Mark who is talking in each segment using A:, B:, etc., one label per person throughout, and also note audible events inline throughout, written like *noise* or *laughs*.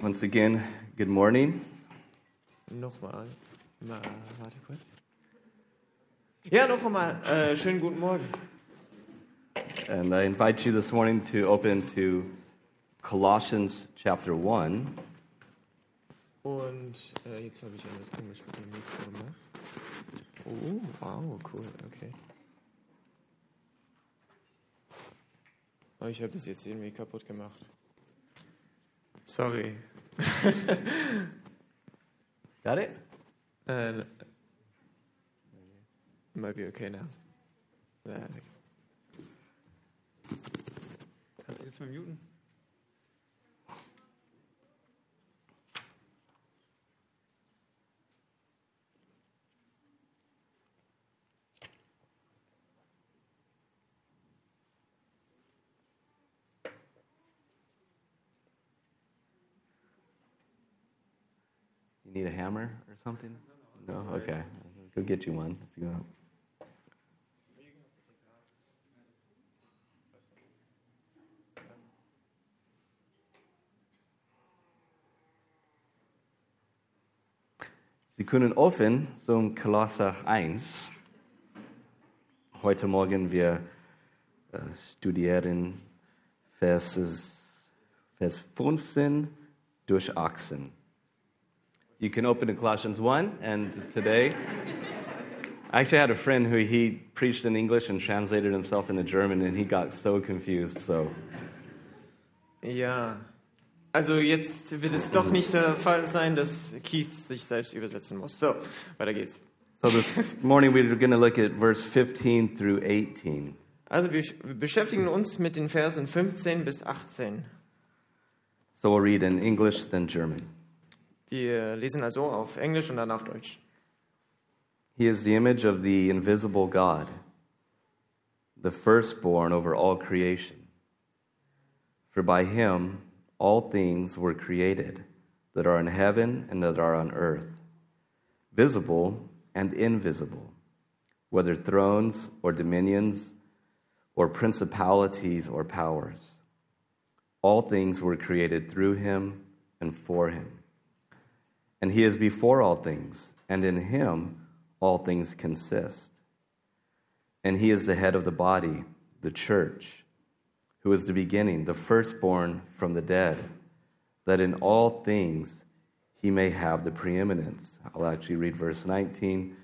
A: Once again, good morning.
B: Nochmal. Na, warte kurz. Ja, noch einmal. Äh, schönen guten Morgen.
A: And I invite you this morning to open to Colossians chapter 1.
B: Und äh, jetzt habe ich alles komisch mit dem Mikro gemacht. Oh, wow, cool, okay. Oh, ich habe das jetzt irgendwie kaputt gemacht. Sorry.
A: Got it?
B: Äh, might be okay now. Äh, Kannst du jetzt mal muten?
A: You need a hammer or something? No? Okay. Go get you one if you want. Sie können offen zum Kolosser 1. Heute Morgen wir äh, studieren Verses, Vers 15 durch 18. You can open to Colossians 1, and today, I actually had a friend who he preached in English and translated himself into German, and he got so confused. So,
B: Ja. Also jetzt wird es doch nicht der Fall sein, dass Keith sich selbst übersetzen muss. So, weiter geht's.
A: so this morning we're going to look at verse 15 through 18.
B: Also wir wir beschäftigen uns mit den Versen 15 bis 18.
A: So we'll read in English, then German.
B: Wir lesen also auf Englisch und dann auf Deutsch.
A: He is the image of the invisible God, the firstborn over all creation. For by him all things were created that are in heaven and that are on earth, visible and invisible, whether thrones or dominions or principalities or powers. All things were created through him and for him. And he is before all things, and in him all things consist. And he is the head of the body, the church, who is the beginning, the firstborn from the dead, that in all things he may have the preeminence. I'll actually read verse 19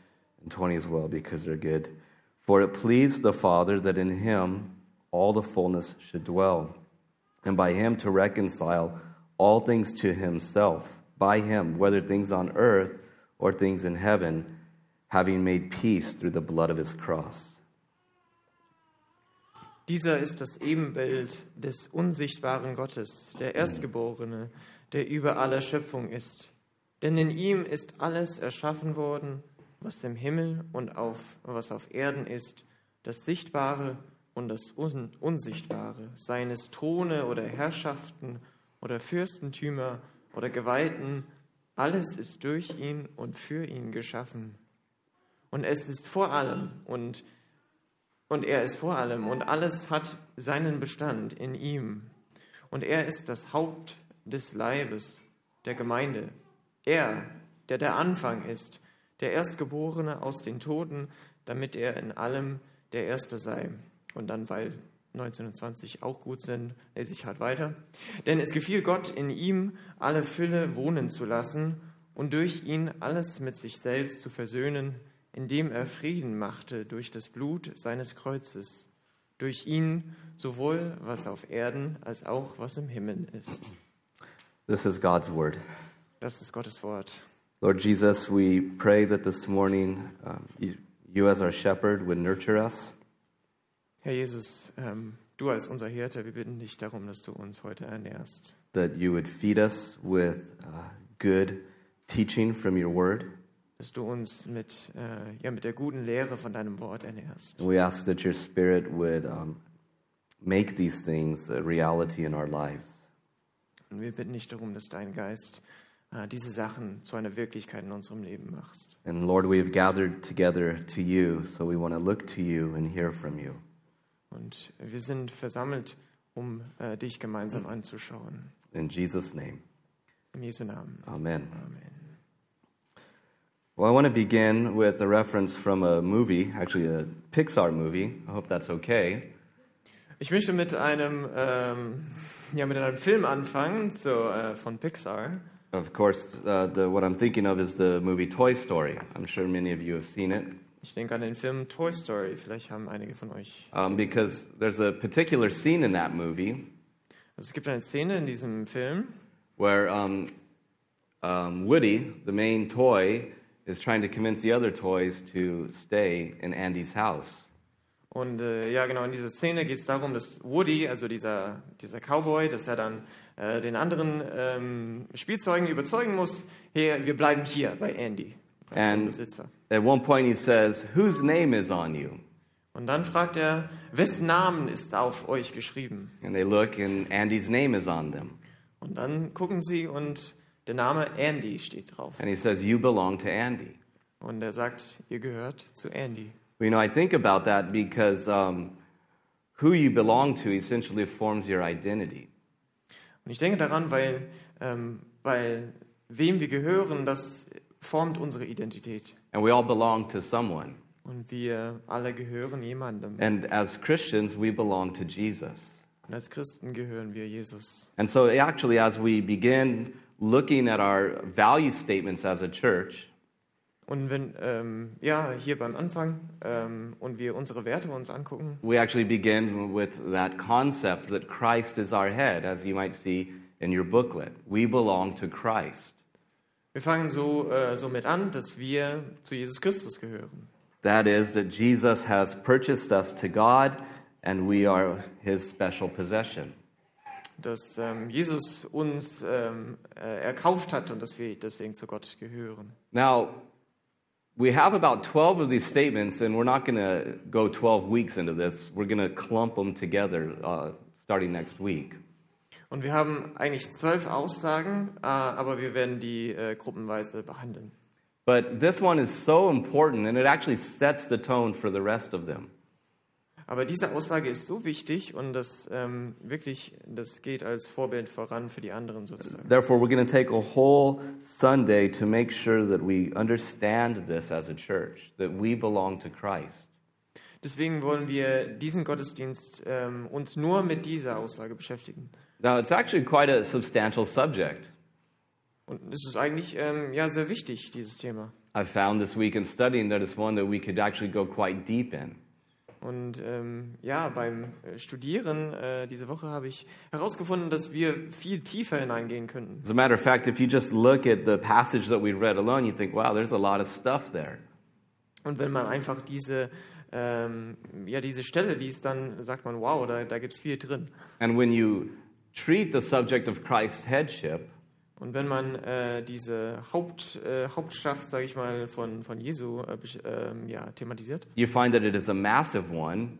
A: and 20 as well because they're good. For it pleased the Father that in him all the fullness should dwell and by him to reconcile all things to himself, by him, whether things on earth or things in heaven, having made peace through the blood of his cross.
B: Dieser ist das Ebenbild des unsichtbaren Gottes, der Erstgeborene, der über aller Schöpfung ist. Denn in ihm ist alles erschaffen worden, was im Himmel und auf, was auf Erden ist, das Sichtbare und das Un Unsichtbare, seien es Throne oder Herrschaften oder Fürstentümer oder Gewalten, alles ist durch ihn und für ihn geschaffen. Und es ist vor allem und und er ist vor allem und alles hat seinen Bestand in ihm. Und er ist das Haupt des Leibes, der Gemeinde. Er, der der Anfang ist, der Erstgeborene aus den Toten, damit er in allem der Erste sei. Und dann, weil 19 und 20 auch gut sind, lese ich halt weiter. Denn es gefiel Gott, in ihm alle Fülle wohnen zu lassen und durch ihn alles mit sich selbst zu versöhnen, indem er Frieden machte durch das Blut seines Kreuzes, durch ihn sowohl was auf Erden als auch was im Himmel ist.
A: This is God's word.
B: Das ist Gottes Wort.
A: Lord Jesus, we pray that this morning um, you, you, as our shepherd, would nurture us,
B: Herr Jesus, ähm, du als unser Hirte, wir bitten dich darum, dass du uns heute ernährst,
A: that you would feed us with uh, good teaching from your word.
B: dass du uns mit, äh, ja, mit der guten Lehre von deinem Wort ernährst.
A: And we ask that your spirit would um, make these things a reality in our lives.
B: Und wir bitten dich darum, dass dein Geist äh, diese Sachen zu einer Wirklichkeit in unserem Leben machst.
A: And Lord, we have gathered together to you, so we want to look to you and hear from you.
B: Und wir sind versammelt, um äh, dich gemeinsam anzuschauen.
A: In Jesus' name,
B: In In Jesu Namen.
A: Amen.
B: Amen.
A: Well, I want to begin with a reference from a movie, actually a Pixar movie. I hope that's okay.
B: Ich möchte mit einem, ähm, ja, mit einem Film anfangen so, äh, von Pixar.
A: Of course, uh, the, what I'm thinking of is the movie Toy Story. I'm sure many of you have seen it.
B: Ich denke an den Film Toy Story. Vielleicht haben einige von euch.
A: Um, because there's a particular scene in that movie
B: Also es gibt eine Szene in diesem Film,
A: where um, um, Woody, the main toy, is trying to convince the other toys to stay in Andy's house.
B: Und äh, ja, genau, in dieser Szene geht es darum, dass Woody, also dieser, dieser Cowboy, dass er dann äh, den anderen ähm, Spielzeugen überzeugen muss, hey, wir bleiben hier bei Andy, bei
A: And-
B: seinem Besitzer.
A: At one point, he says, Whose name is on you?
B: Und dann fragt er, wessen Namen ist auf euch geschrieben?
A: And they look, and Andy's name is on them.
B: Und dann gucken sie und der Name Andy steht drauf.
A: And he says, You belong to Andy.
B: Und er sagt, ihr gehört zu Andy.
A: You know, I think about that because um, who you belong to essentially forms your identity.
B: Und ich denke daran, weil, ähm, weil wem wir gehören, das formt unsere Identität.
A: And we all belong to someone.
B: Und wir alle gehören jemandem.
A: And as Christians, we belong to Jesus.
B: Und als Christen gehören wir Jesus.
A: And so, actually, as we begin looking at our value statements as a church,
B: Und wenn, ähm, ja, hier beim Anfang, ähm, und wir unsere Werte uns angucken,
A: we actually begin with that concept that Christ is our head, as you might see in your booklet. We belong to Christ.
B: wir fangen so äh, somit an, dass wir zu Jesus Christus gehören.
A: That is, that Jesus has purchased us to God, and we are his special possession.
B: Dass ähm, Jesus uns ähm, äh, erkauft hat und dass wir deswegen zu Gott gehören.
A: Now, we have about 12 of these statements, and we're not going to go 12 weeks into this. We're going to clump them together uh, starting next week.
B: Und wir haben eigentlich zwölf Aussagen, äh, aber wir werden die äh, gruppenweise behandeln.
A: But this one is so important, and it actually sets the tone for the rest of them.
B: Aber diese Aussage ist so wichtig und das ähm, wirklich, das geht als Vorbild voran für die anderen sozusagen.
A: Therefore, we're going to take a whole Sunday to make sure that we understand this as a church, that we belong to Christ.
B: Deswegen wollen wir diesen Gottesdienst ähm, uns nur mit dieser Aussage beschäftigen.
A: Now, it's actually quite a substantial subject.
B: Und es ist eigentlich ähm, ja sehr wichtig dieses Thema.
A: I found this week in studying that it's one that we could actually go quite deep in.
B: Und ähm, ja, beim äh, Studieren äh, diese Woche habe ich herausgefunden, dass wir viel tiefer hineingehen könnten.
A: As a matter of fact, if you just look at the passage that we read alone, you think, wow, there's a lot of stuff there.
B: Und wenn man einfach diese ähm, ja diese Stelle liest, dann sagt man, wow, da, da gibt's viel drin.
A: And when you treat the subject of Christ's headship,
B: Und wenn man äh, diese Haupt, äh, Hauptschaft, sage ich mal, von, von Jesu äh, besch- ähm, ja, thematisiert,
A: you find that it is a massive one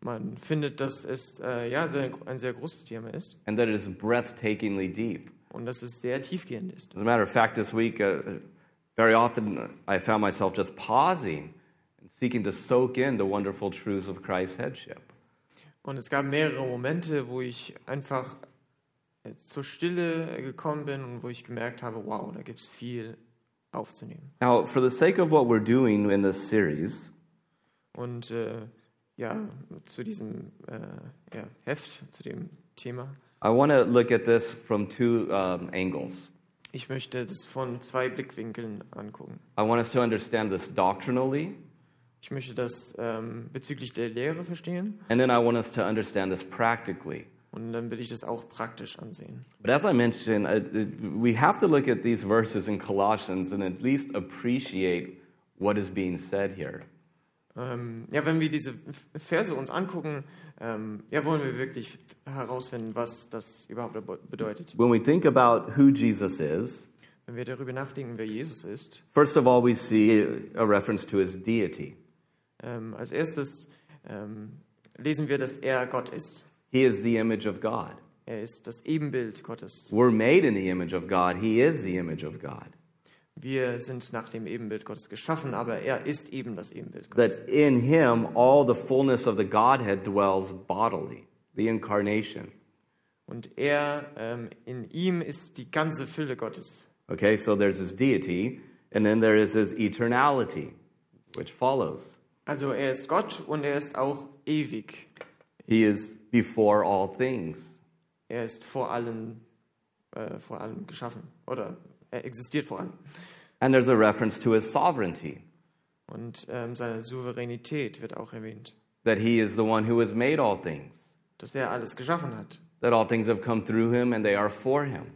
B: Man findet, dass es äh, ja, sehr, ein sehr großes Thema ist
A: and that it is breathtakingly deep.
B: und dass es sehr tiefgehend ist.
A: As a matter of fact, this week, uh, very often uh, I found myself just pausing and seeking to soak in the wonderful truths of Christ's headship.
B: Und es gab mehrere Momente, wo ich einfach äh, zur Stille gekommen bin und wo ich gemerkt habe, wow, da gibt es viel aufzunehmen.
A: Now, for the sake of what we're doing in this series,
B: Und äh, ja, zu diesem äh, ja, Heft, zu dem Thema.
A: I want to look at this from two um, angles.
B: Ich möchte das von zwei Blickwinkeln angucken.
A: I want us to understand this doctrinally,
B: Ich möchte das ähm, bezüglich der Lehre verstehen
A: and then I want us to understand this practically.
B: und dann will ich das auch praktisch ansehen.
A: But as I mentioned, I- it- we have to look at these verses in Colossians and at least appreciate what is being said here.
B: Ähm, ja, wenn wir diese F- Verse uns angucken, ähm, ja, wollen wir wirklich herausfinden, was das überhaupt abo- bedeutet.
A: When we think about who Jesus is,
B: Wenn wir darüber nachdenken, wer Jesus ist,
A: first of all, we see a reference to his deity.
B: ähm, als erstes ähm, lesen wir, dass er Gott ist.
A: He is the image of God.
B: Er ist das Ebenbild Gottes.
A: We're made in the image of God. He is the image of God.
B: Wir sind nach dem Ebenbild Gottes geschaffen, aber er ist eben das Ebenbild Gottes.
A: That in him all the fullness of the Godhead dwells bodily, the incarnation.
B: Und er, ähm, in ihm ist die ganze Fülle Gottes.
A: Okay, so there's his deity, and then there is his eternality, which follows.
B: Also er ist Gott und er ist auch ewig.
A: He is before all things.
B: Er ist vor allem, äh, vor allem geschaffen oder er existiert vor allem.
A: And there's a reference to his sovereignty,
B: Und ähm, seine Souveränität wird auch erwähnt,
A: that he is the one who has made all things,
B: dass er alles geschaffen hat,
A: that all things have come through him and they are for him,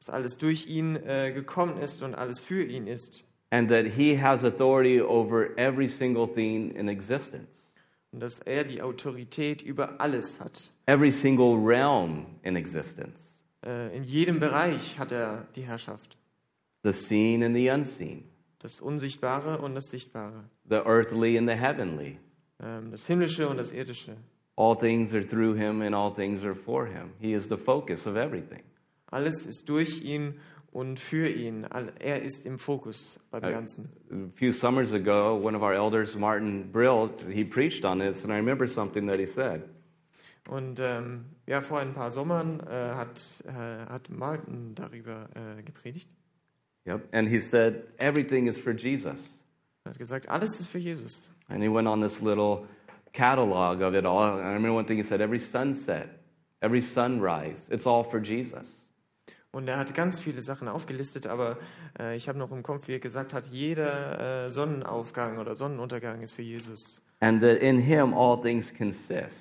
B: dass alles durch ihn äh, gekommen ist und alles für ihn ist
A: and that he has authority over every single thing in existence,
B: und dass er die Autorität über alles hat.
A: every single realm in existence,
B: Äh, in jedem Bereich hat er die Herrschaft,
A: the seen and the unseen,
B: das Unsichtbare und das Sichtbare,
A: the earthly and the heavenly.
B: ähm, das Himmlische und das Irdische.
A: All things are through him and all things are for him. He is the focus of everything.
B: Alles ist durch ihn und für ihn. All- Er ist im Fokus beim Ganzen.
A: A few summers ago, one of our elders, Martin Brill, he preached on this, and I remember something that he said.
B: Und ähm, ja, vor ein paar Sommern äh, hat, äh, hat Martin darüber äh, gepredigt.
A: Yep. And he said, Everything is for Jesus.
B: Er hat gesagt, alles ist für Jesus.
A: And he went on this little catalog of it all. And I remember one thing he said every sunset, every sunrise, it's all for Jesus.
B: Und er hat ganz viele Sachen aufgelistet, aber äh, ich habe noch im Kopf, wie er gesagt hat, jeder äh, Sonnenaufgang oder Sonnenuntergang ist für Jesus.
A: And that in him all things consist.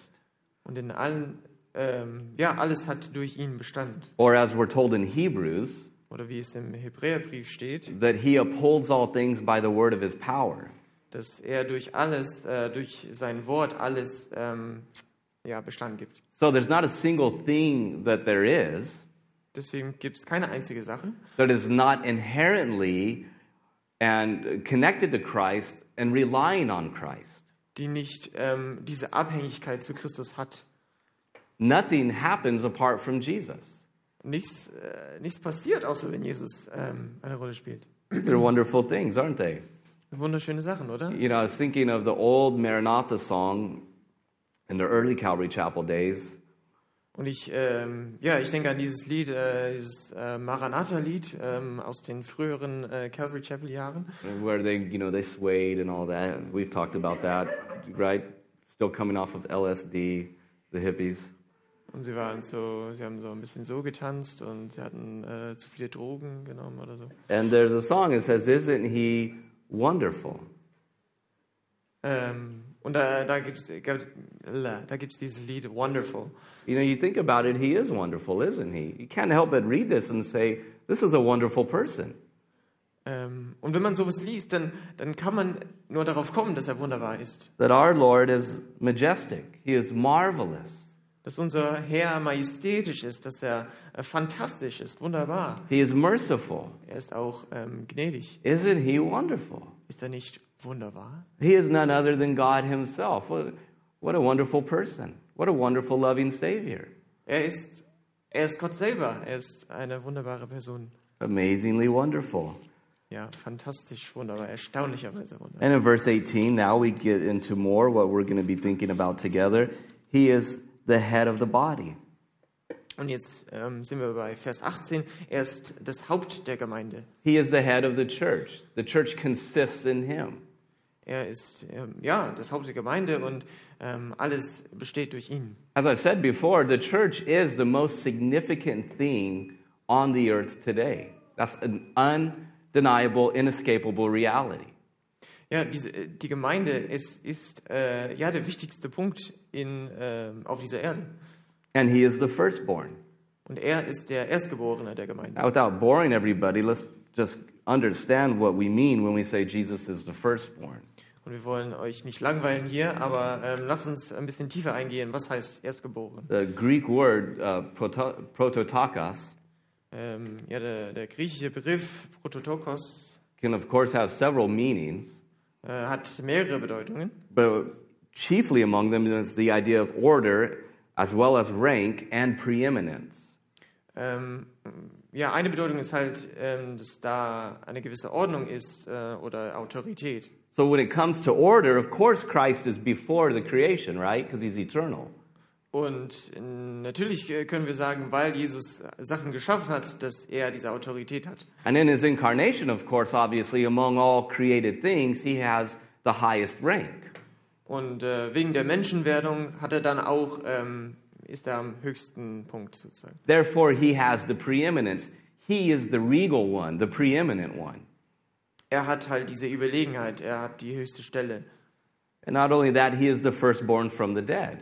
B: Und in allen, ähm, ja, alles hat durch ihn Bestand.
A: Or as we're told in Hebrews,
B: Oder wie es im Hebräerbrief steht,
A: that he upholds all things by the word of his power.
B: dass er durch alles, äh, durch sein Wort alles ähm, ja, Bestand gibt.
A: So there's not a single thing that there is
B: Deswegen gibt es keine einzige Sache,
A: that is not inherently and connected to Christ and relying on Christ.
B: die nicht ähm, diese Abhängigkeit zu Christus hat.
A: Nothing happens apart from Jesus.
B: Nichts, äh, nichts passiert, außer wenn Jesus ähm, eine Rolle spielt.
A: These are wonderful things, aren't they?
B: Wunderschöne Sachen, oder?
A: You know, I was thinking of the old Maranatha song in the early Calvary Chapel days.
B: Und ich, ähm, ja, ich denke an dieses Lied, äh, dieses äh, Maranatha-Lied ähm, aus den früheren äh, Calvary Chapel Jahren.
A: Where they, you know, they swayed and all that. We've talked about that, right? Still coming off of LSD, the hippies.
B: Und sie waren so, sie haben so ein bisschen so getanzt und sie hatten äh, zu viele Drogen genommen oder so.
A: And there's a song that says, Isn't he wonderful?
B: Ähm, und da, da gibt es gab, da gibt's dieses Lied Wonderful.
A: You know, you think about it, he is wonderful, isn't he? You can't help but read this and say, This is a wonderful person.
B: Ähm, und wenn man sowas liest, dann, dann kann man nur darauf kommen, dass er wunderbar ist.
A: That our Lord is majestic, he is marvelous,
B: Dass unser Herr majestätisch ist, dass er äh, fantastisch ist, wunderbar.
A: he is merciful.
B: Er ist auch ähm, gnädig.
A: Isn't he wonderful?
B: Ist er nicht wunderbar?
A: He is none other than God himself. What, what a wonderful person. What a wonderful, loving Savior.
B: Er ist, er ist Gott selber. Er ist eine wunderbare Person.
A: Amazingly wonderful.
B: Ja, fantastisch wunderbar, erstaunlicherweise wunderbar.
A: And in verse 18, now we get into more what we're going to be thinking about together. He is the head of the body.
B: Und jetzt ähm, sind wir bei Vers 18. Er ist das Haupt der Gemeinde.
A: He is the head of the church. The church consists in him.
B: Er ist ähm, ja das Haupt der Gemeinde und ähm, alles besteht durch ihn.
A: As I've said before, the church is the most significant thing on the earth today. That's an undeniable, inescapable reality.
B: Ja, diese, äh, die Gemeinde ist, ist äh, ja der wichtigste Punkt in, ähm, auf dieser Erde.
A: And he is the firstborn.
B: Und er ist der Erstgeborene der Gemeinde.
A: Now, without boring everybody, let's just understand what we mean when we say Jesus is the firstborn.
B: Und wir wollen euch nicht langweilen hier, aber ähm, lasst uns ein bisschen tiefer eingehen. Was heißt Erstgeboren?
A: The Greek word uh, proto- prototakos
B: Ähm, ja, der, der griechische Begriff Prototokos
A: can, of course, have several meanings,
B: äh, hat mehrere Bedeutungen.
A: but chiefly among them is the idea of order as well as rank and preeminence.
B: Ähm, ja, eine Bedeutung ist halt, ähm, dass da eine gewisse Ordnung ist äh, oder Autorität.
A: So when it comes to order, of course, Christ is before the creation, right? Because he's eternal.
B: Und äh, natürlich äh, können wir sagen, weil Jesus Sachen geschaffen hat, dass er diese Autorität hat.
A: And in his incarnation, of course, obviously, among all created things, he has the highest rank.
B: Und äh, wegen der Menschenwerdung hat er dann auch, ähm, ist er am höchsten Punkt sozusagen.
A: Therefore, he has the preeminence. He is the regal one, the preeminent one.
B: Er hat halt diese Überlegenheit, er hat die höchste Stelle
A: And not only that, he is the firstborn from the dead.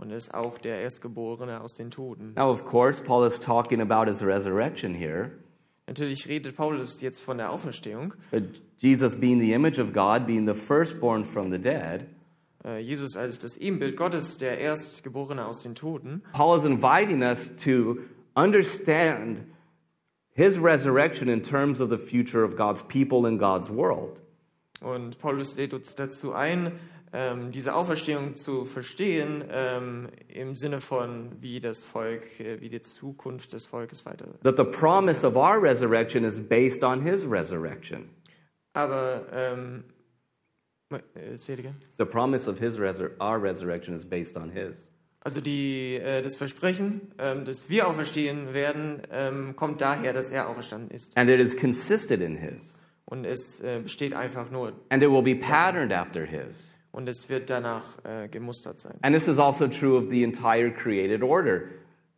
B: und ist auch der Erstgeborene aus den Toten.
A: Now, of course, Paul is talking about his resurrection here,
B: Natürlich redet Paulus jetzt von der Auferstehung.
A: but Uh, Jesus being the image of God, being the firstborn from the dead,
B: Äh, Jesus als das Ebenbild Gottes, der Erstgeborene aus den Toten.
A: Paul is inviting us to understand his resurrection in terms of the future of God's people and God's world.
B: Und Paulus lädt uns dazu ein, ähm, diese Auferstehung zu verstehen ähm, im Sinne von, wie das Volk, äh, wie die Zukunft des Volkes weiter.
A: That the promise of our resurrection is based on his resurrection.
B: Aber, ähm, äh, say it again.
A: The promise of his resur- our resurrection is based on his.
B: also die, äh, das Versprechen, ähm, dass wir auferstehen werden, ähm, kommt daher, dass er auferstanden ist.
A: And it is consistent in his.
B: Und es äh, besteht einfach nur
A: And it will be patterned after his.
B: und es wird danach äh, gemustert sein.
A: And this is also true of the entire created order.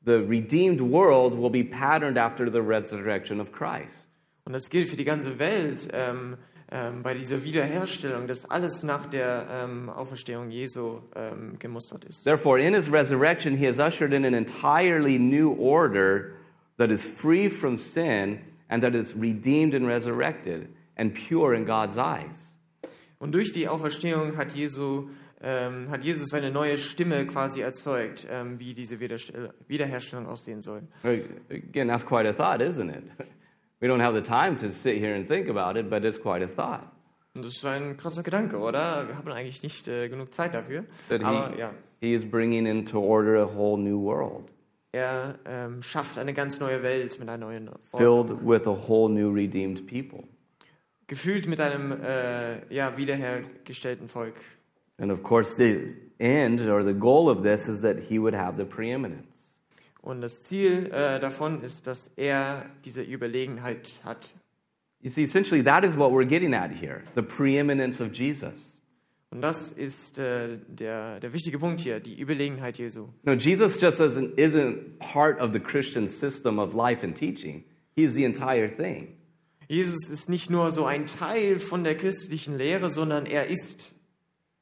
A: The redeemed world will be patterned after the resurrection of Christ.
B: Und das gilt für die ganze Welt ähm, ähm, bei dieser Wiederherstellung, dass alles nach der ähm, Auferstehung Jesu ähm, gemustert ist.
A: Therefore, in his resurrection, he has ushered in an entirely new order that is free from sin and that is redeemed and resurrected and pure in God's eyes.
B: Und durch die Auferstehung hat, Jesu, ähm, hat Jesus eine neue Stimme quasi erzeugt, ähm, wie diese Wiederstell- Wiederherstellung aussehen soll.
A: Again, that's quite a thought, isn't it? *laughs* We don't have the time to sit here and think about it, but it's quite a thought.
B: Und das ist ein krasser Gedanke, oder? Wir haben eigentlich nicht äh, genug Zeit dafür.
A: That
B: Aber
A: he,
B: ja,
A: he is bringing into order a whole new world
B: er ähm, schafft eine ganz neue Welt mit einer neuen Ordnung.
A: filled with a whole new redeemed people.
B: Gefühlt mit einem äh, ja, wiederhergestellten Volk.
A: And of course, the end or the goal of this is that he would have the preeminence.
B: Und das Ziel äh, davon ist, dass er diese Überlegenheit hat.
A: You see, essentially, that is what we're getting at here the preeminence of Jesus.
B: Und das ist äh, der, der wichtige Punkt hier, die Überlegenheit Jesu.
A: No, Jesus just isn't, isn't part of the Christian system of life and teaching, he's the entire thing.
B: Jesus ist nicht nur so ein Teil von der christlichen Lehre, sondern er ist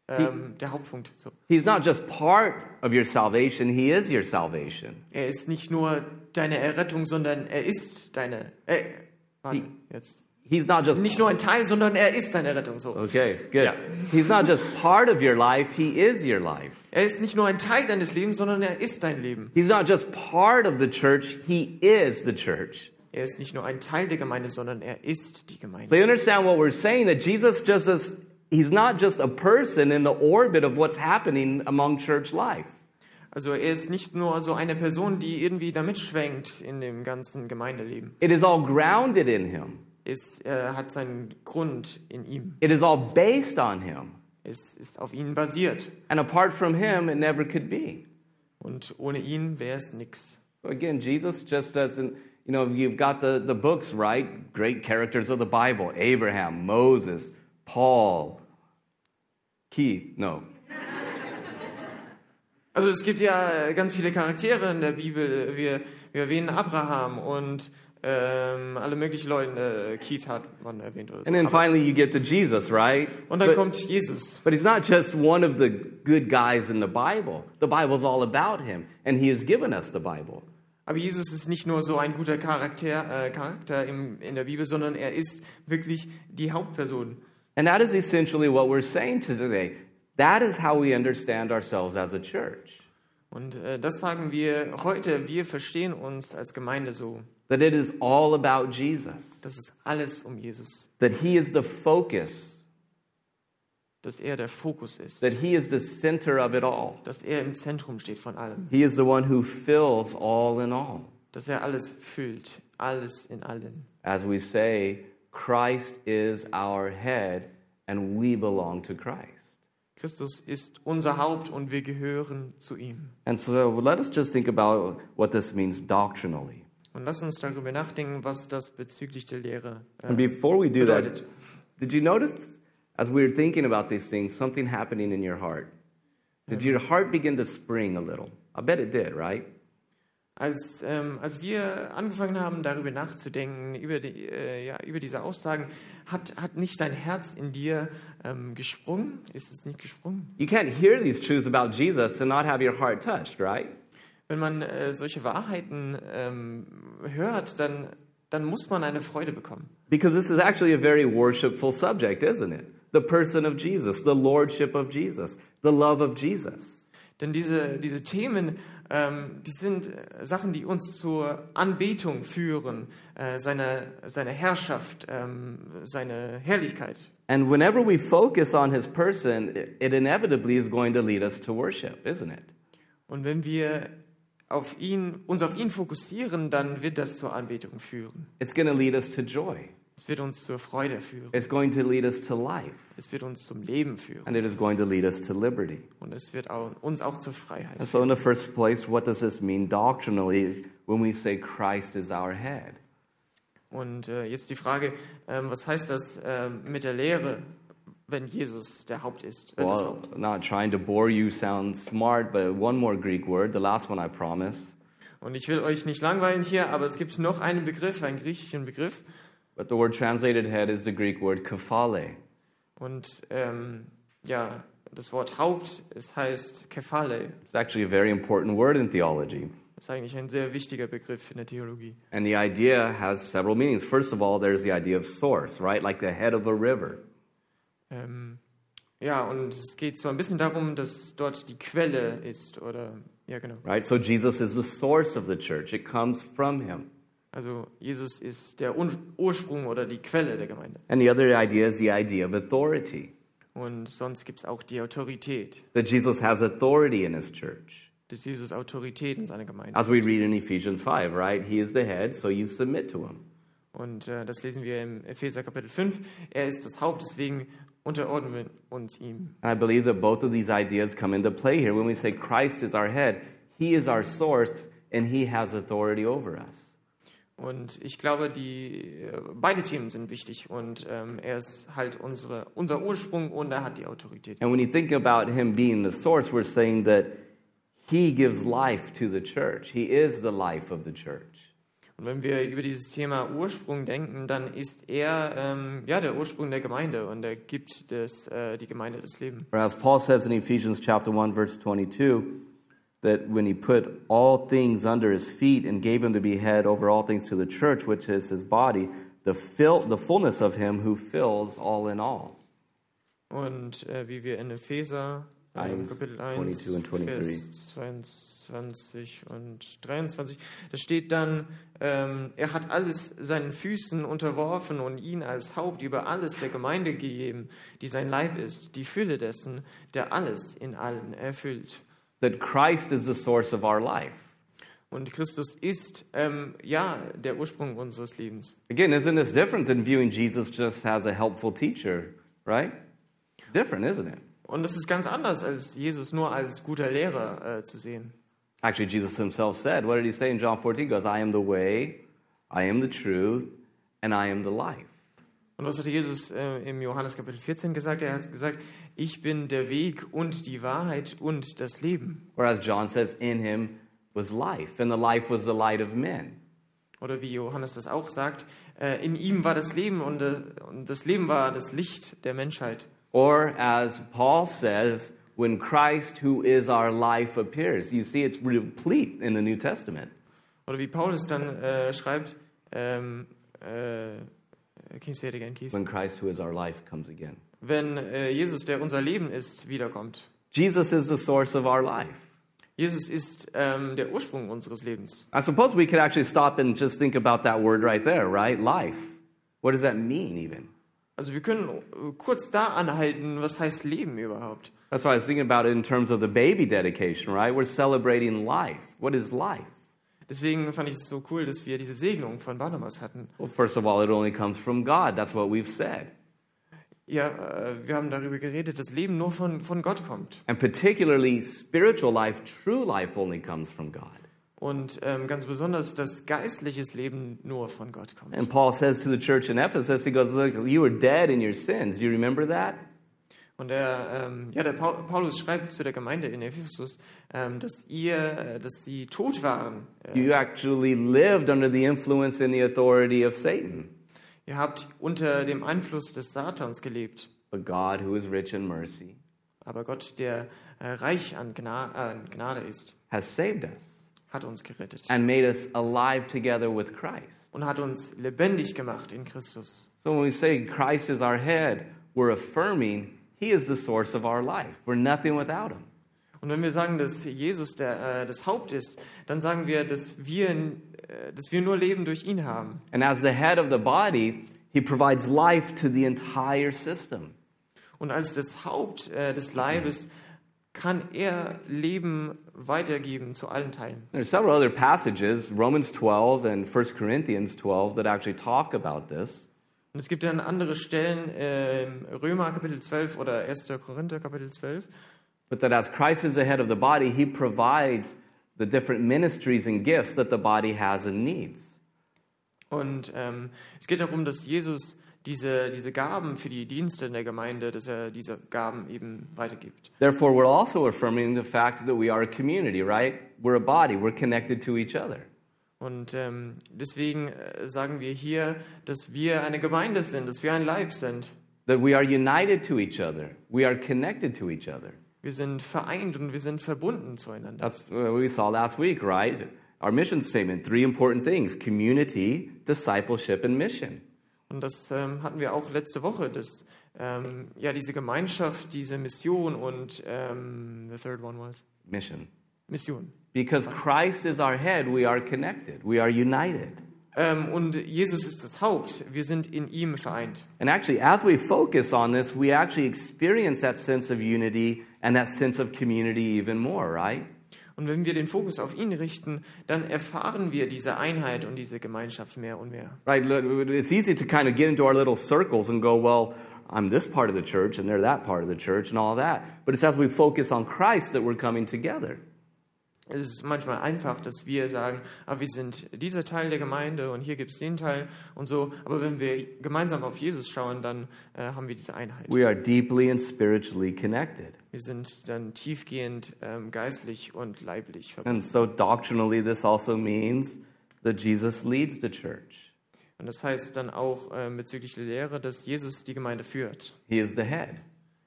B: ähm, der Hauptpunkt. So.
A: He's not just part of your salvation, he is your salvation.
B: Er ist nicht nur deine Errettung, sondern er ist deine. Äh, warte, jetzt.
A: He's not just
B: Nicht nur ein Teil, sondern er ist deine Rettung. So.
A: Okay, good.
B: Yeah.
A: He's not just part of your life, he is your life.
B: Er ist nicht nur ein Teil deines Lebens, sondern er ist dein Leben.
A: He's not just part of the church, he is the church.
B: Er ist nicht nur ein Teil der Gemeinde, sondern er ist die Gemeinde.
A: So you understand what we're saying that Jesus just is, he's not just a person in the orbit of what's happening among church life.
B: Also er ist nicht nur so eine Person, die irgendwie da mitschwenkt in dem ganzen Gemeindeleben.
A: It is all grounded in him.
B: Es äh, hat seinen Grund in ihm.
A: It is all based on him.
B: Es ist auf ihn basiert.
A: And apart from him, it never could be.
B: Und ohne ihn wäre es nix.
A: So again, Jesus just doesn't, you know, you've got the, the books, right? Great characters of the Bible Abraham, Moses, Paul, Keith, no.
B: Also es gibt ja äh, ganz viele Charaktere in der Bibel. Wir, wir erwähnen Abraham und ähm, alle möglichen Leute. Äh, Keith hat man erwähnt oder so.
A: And then
B: Aber,
A: finally, you get to Jesus, right?
B: und dann
A: But-
B: kommt Jesus.
A: But he's not just one of the good guys in the Bible. The Bible's all about him, and he has given us the Bible.
B: Aber Jesus ist nicht nur so ein guter Charakter, äh, Charakter im, in der Bibel, sondern er ist wirklich die Hauptperson.
A: And that is essentially what we're saying to today. That is how we understand ourselves as a church.
B: Und äh, das sagen wir heute. Wir verstehen uns als Gemeinde so.
A: That it is all about Jesus.
B: Das ist alles um Jesus.
A: That he is the focus.
B: Dass er der Fokus ist.
A: That he is the center of it all.
B: Dass er im Zentrum steht von allem.
A: He is the one who fills all in all.
B: Dass er alles füllt. Alles in allen.
A: As we say, Christ is our head, and we belong to Christ.
B: Christus ist unser Haupt und wir gehören zu ihm.
A: And so let us just think about what this means doctrinally.
B: Und lass uns darüber nachdenken, was das bezüglich der Lehre
A: And
B: äh,
A: before we do that,
B: bedeutet.
A: Uh, did you notice as we were thinking about these things, something happening in your heart? Did your heart begin to spring a little? I bet it did, right?
B: Als, ähm, als wir angefangen haben, darüber nachzudenken, über, die, äh, ja, über diese Aussagen, hat, hat nicht dein Herz in dir ähm, gesprungen? Ist es nicht gesprungen?
A: You can't hear these truths about Jesus and not have your heart touched, right?
B: Wenn man äh, solche Wahrheiten ähm, hört, dann, dann muss man eine Freude bekommen.
A: Because this is actually a very worshipful subject, isn't it? The person of Jesus, the lordship of Jesus, the love of Jesus.
B: Denn diese, diese Themen, ähm, die sind äh, Sachen, die uns zur Anbetung führen, äh, seine, seine Herrschaft, ähm, seine Herrlichkeit.
A: And whenever we focus on his person, it- it inevitably is going to lead us to worship, isn't it?
B: Und wenn wir auf ihn, uns auf ihn fokussieren, dann wird das zur Anbetung führen.
A: It's going to lead us to joy.
B: Es wird uns zur Freude führen.
A: It's going to lead us to life.
B: Es wird uns zum Leben führen.
A: And it is going to lead us to liberty.
B: Und es wird auch, uns auch zur Freiheit.
A: And so, in the first place, what does this mean doctrinally when we say Christ is our head?
B: Und äh, jetzt die Frage, ähm, was heißt das ähm, mit der Lehre, wenn Jesus der Haupt ist? Äh, das
A: Well,
B: Haupt?
A: not trying to bore you, sound smart, but one more Greek word, the last one I promise.
B: Und ich will euch nicht langweilen hier, aber es gibt noch einen Begriff, einen griechischen Begriff.
A: But the word translated head is the Greek word kephale.
B: Und ähm, ja, das Wort Haupt, es heißt Kephale.
A: It's actually a very important word in theology.
B: Das ist eigentlich ein sehr wichtiger Begriff in der Theologie.
A: And the idea has several meanings. First of all, there's the idea of source, right? Like the head of a river.
B: Ähm, ja, und es geht so ein bisschen darum, dass dort die Quelle ist, oder ja genau.
A: right? So Jesus is the source of the church. It comes from him.
B: Also Jesus ist der Un Ursprung oder die Quelle der Gemeinde.
A: And the other idea is the idea of authority,
B: Und sonst gibt es auch die Autorität,
A: that Jesus has authority in his church.
B: dass Jesus Autorität in seiner Gemeinde.
A: As we read in Ephesians 5, right? He is the head, so you submit to him.
B: Und äh, das lesen wir im Epheser Kapitel 5. Er ist das Haupt, deswegen unterordnen wir uns ihm.
A: And I believe that both of these ideas come into play here when we say Christ is our head, he is our source, and he has authority over us.
B: Und ich glaube, die äh, beide Themen sind wichtig. Und ähm, er ist halt unsere, unser Ursprung und er hat die Autorität.
A: And when you think about him being the source, we're saying that he gives life to the church. He is the life of the church.
B: Und wenn wir über dieses Thema Ursprung denken, dann ist er ähm, ja der Ursprung der Gemeinde und er gibt das, äh, die Gemeinde das Leben.
A: Or as Paul says in Ephesians chapter 1 verse 22 that when he put all things under his feet and gave him to be head over all things to the church which is his body, the fill, the fullness of him who fills all in all.
B: Und äh, wie wir in Epheser ähm,
A: Eins,
B: Kapitel 1,
A: 22 und 23.
B: Vers 22 und 23, da steht dann, ähm, er hat alles seinen Füßen unterworfen und ihn als Haupt über alles der Gemeinde gegeben, die sein Leib ist, die Fülle dessen, der alles in allen erfüllt.
A: That Christ is the source of our life.
B: Und Christus ist ähm, ja der Ursprung unseres Lebens.
A: Again, isn't this different than viewing Jesus just as a helpful teacher, right? Different, isn't it?
B: Und das ist ganz anders, als Jesus nur als guter Lehrer äh, zu sehen.
A: Actually, Jesus himself said, what did he say in John 14? He goes, I am the way, I am the truth, and I am the life.
B: Und was hat Jesus äh, im Johannes Kapitel 14 gesagt? Er hat gesagt, ich bin der Weg und die Wahrheit und das Leben.
A: Whereas John says, in him was life, and the life was the light of men.
B: Oder wie Johannes das auch sagt, äh, in ihm war das Leben und, äh, und das Leben war das Licht der Menschheit.
A: Or as Paul says, when Christ, who is our life, appears. You see, it's replete in the New Testament.
B: Oder wie Paulus dann äh, schreibt, ähm, äh, can you say it again, Keith?
A: When Christ, who is our life, comes again.
B: Wenn äh, Jesus, der unser Leben ist, wiederkommt.
A: Jesus is the source of our life.
B: Jesus ist ähm, der Ursprung unseres Lebens.
A: I suppose we could actually stop and just think about that word right there, right? Life. What does that mean, even?
B: Also wir können äh, kurz da anhalten, was heißt Leben überhaupt?
A: That's why I was thinking about it in terms of the baby dedication, right? We're celebrating life. What is life?
B: Deswegen fand ich es so cool, dass wir diese Segnung von Barnabas hatten.
A: Well, first of all, it only comes from God. That's what we've said.
B: Ja, äh, wir haben darüber geredet, dass Leben nur von, von Gott kommt.
A: And particularly, spiritual life, true life, only comes from God.
B: Und ähm, ganz besonders, dass geistliches Leben nur von Gott kommt.
A: And Paul says to the church in Ephesus, he goes, Look, you were dead in your sins. Do you remember that?
B: Und der, ähm, ja, der Paul- Paulus schreibt zu der Gemeinde in Ephesus, ähm, dass ihr, äh, dass sie tot waren. Äh,
A: You actually lived under the influence and the authority of Satan.
B: ihr habt unter dem Einfluss des Satans gelebt.
A: But God, who is rich in mercy,
B: Aber Gott, der äh, reich an, Gna äh, an Gnade ist,
A: has saved us
B: hat uns gerettet
A: and made us alive together with Christ.
B: und hat uns lebendig gemacht in Christus.
A: So when we say Christ is our head, we're affirming he is the source of our life. We're nothing without him.
B: Und wenn wir sagen, dass Jesus der, äh, das Haupt ist, dann sagen wir, dass wir, äh, dass wir nur Leben durch ihn haben.
A: And as the head of the body, he provides life to the entire system.
B: Und als das Haupt äh, des Leibes kann er Leben weitergeben zu allen Teilen.
A: There are several other passages, Romans 12 and 1 Corinthians 12, that actually talk about this.
B: Und es gibt dann andere Stellen, äh, im Römer Kapitel 12 oder 1. Korinther Kapitel 12,
A: But that as Christ is the head of the body, he provides the different ministries and gifts that the body has and needs.
B: Und ähm, es geht darum, dass Jesus diese, diese Gaben für die Dienste in der Gemeinde, dass er diese Gaben eben weitergibt.
A: Therefore, we're also affirming the fact that we are a community, right? We're a body, we're connected to each other.
B: Und ähm, deswegen äh, sagen wir hier, dass wir eine Gemeinde sind, dass wir ein Leib sind.
A: That we are united to each other, we are connected to each other.
B: Wir sind vereint und wir sind verbunden zueinander.
A: That's what we saw last week, right? Our mission statement three important things community, discipleship, and mission.
B: Und das ähm, hatten wir auch letzte Woche, dass ähm, ja diese Gemeinschaft, diese Mission und ähm, the third one was
A: Mission.
B: Mission.
A: Because Christ is our head, we are connected, we are united.
B: Ähm, und Jesus ist das Haupt. Wir sind in ihm vereint.
A: And actually, as we focus on this, we actually experience that sense of unity and that sense of community even more, right?
B: Und wenn wir den Fokus auf ihn richten, dann erfahren wir diese Einheit und diese Gemeinschaft mehr und mehr.
A: Right? look, It's easy to kind of get into our little circles and go, well, I'm this part of the church and they're that part of the church and all that. But it's as we focus on Christ that we're coming together.
B: Es ist manchmal einfach, dass wir sagen, ah, wir sind dieser Teil der Gemeinde und hier gibt es den Teil und so. Aber wenn wir gemeinsam auf Jesus schauen, dann äh, haben wir diese Einheit.
A: We are deeply and spiritually connected.
B: Wir sind dann tiefgehend ähm, geistlich und leiblich verbunden.
A: And so, doctrinally, this also means that Jesus leads the church,
B: Und das heißt dann auch ähm, bezüglich der Lehre, dass Jesus die Gemeinde führt.
A: He is the head.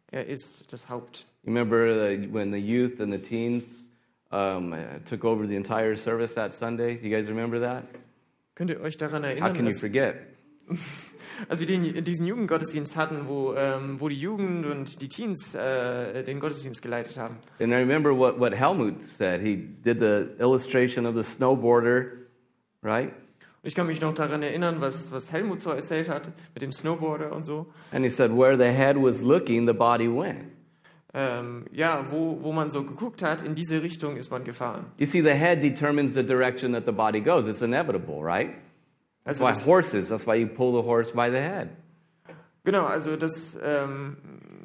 B: Er ist das Haupt.
A: You remember the, when the youth and the teens um, uh, took over the entire service that Sunday? Do you guys remember that?
B: Könnt ihr euch daran
A: How
B: erinnern,
A: can you
B: dass
A: forget?
B: Als wir den, diesen Jugendgottesdienst hatten, wo, ähm, wo die Jugend und die Teens äh, den Gottesdienst geleitet haben.
A: And I remember what, what Helmut said. He did the illustration of the snowboarder, right?
B: Und ich kann mich noch daran erinnern, was, was Helmut so erzählt hat mit dem Snowboarder und so.
A: And he said, Where the head was looking, the body went.
B: Ähm, ja, wo, wo man so geguckt hat, in diese Richtung ist man gefahren.
A: You see, the head determines the direction that the body goes. It's inevitable, right? That's
B: Also
A: why
B: das,
A: horses, that's why you pull the horse by the head.
B: genau, also das, ähm,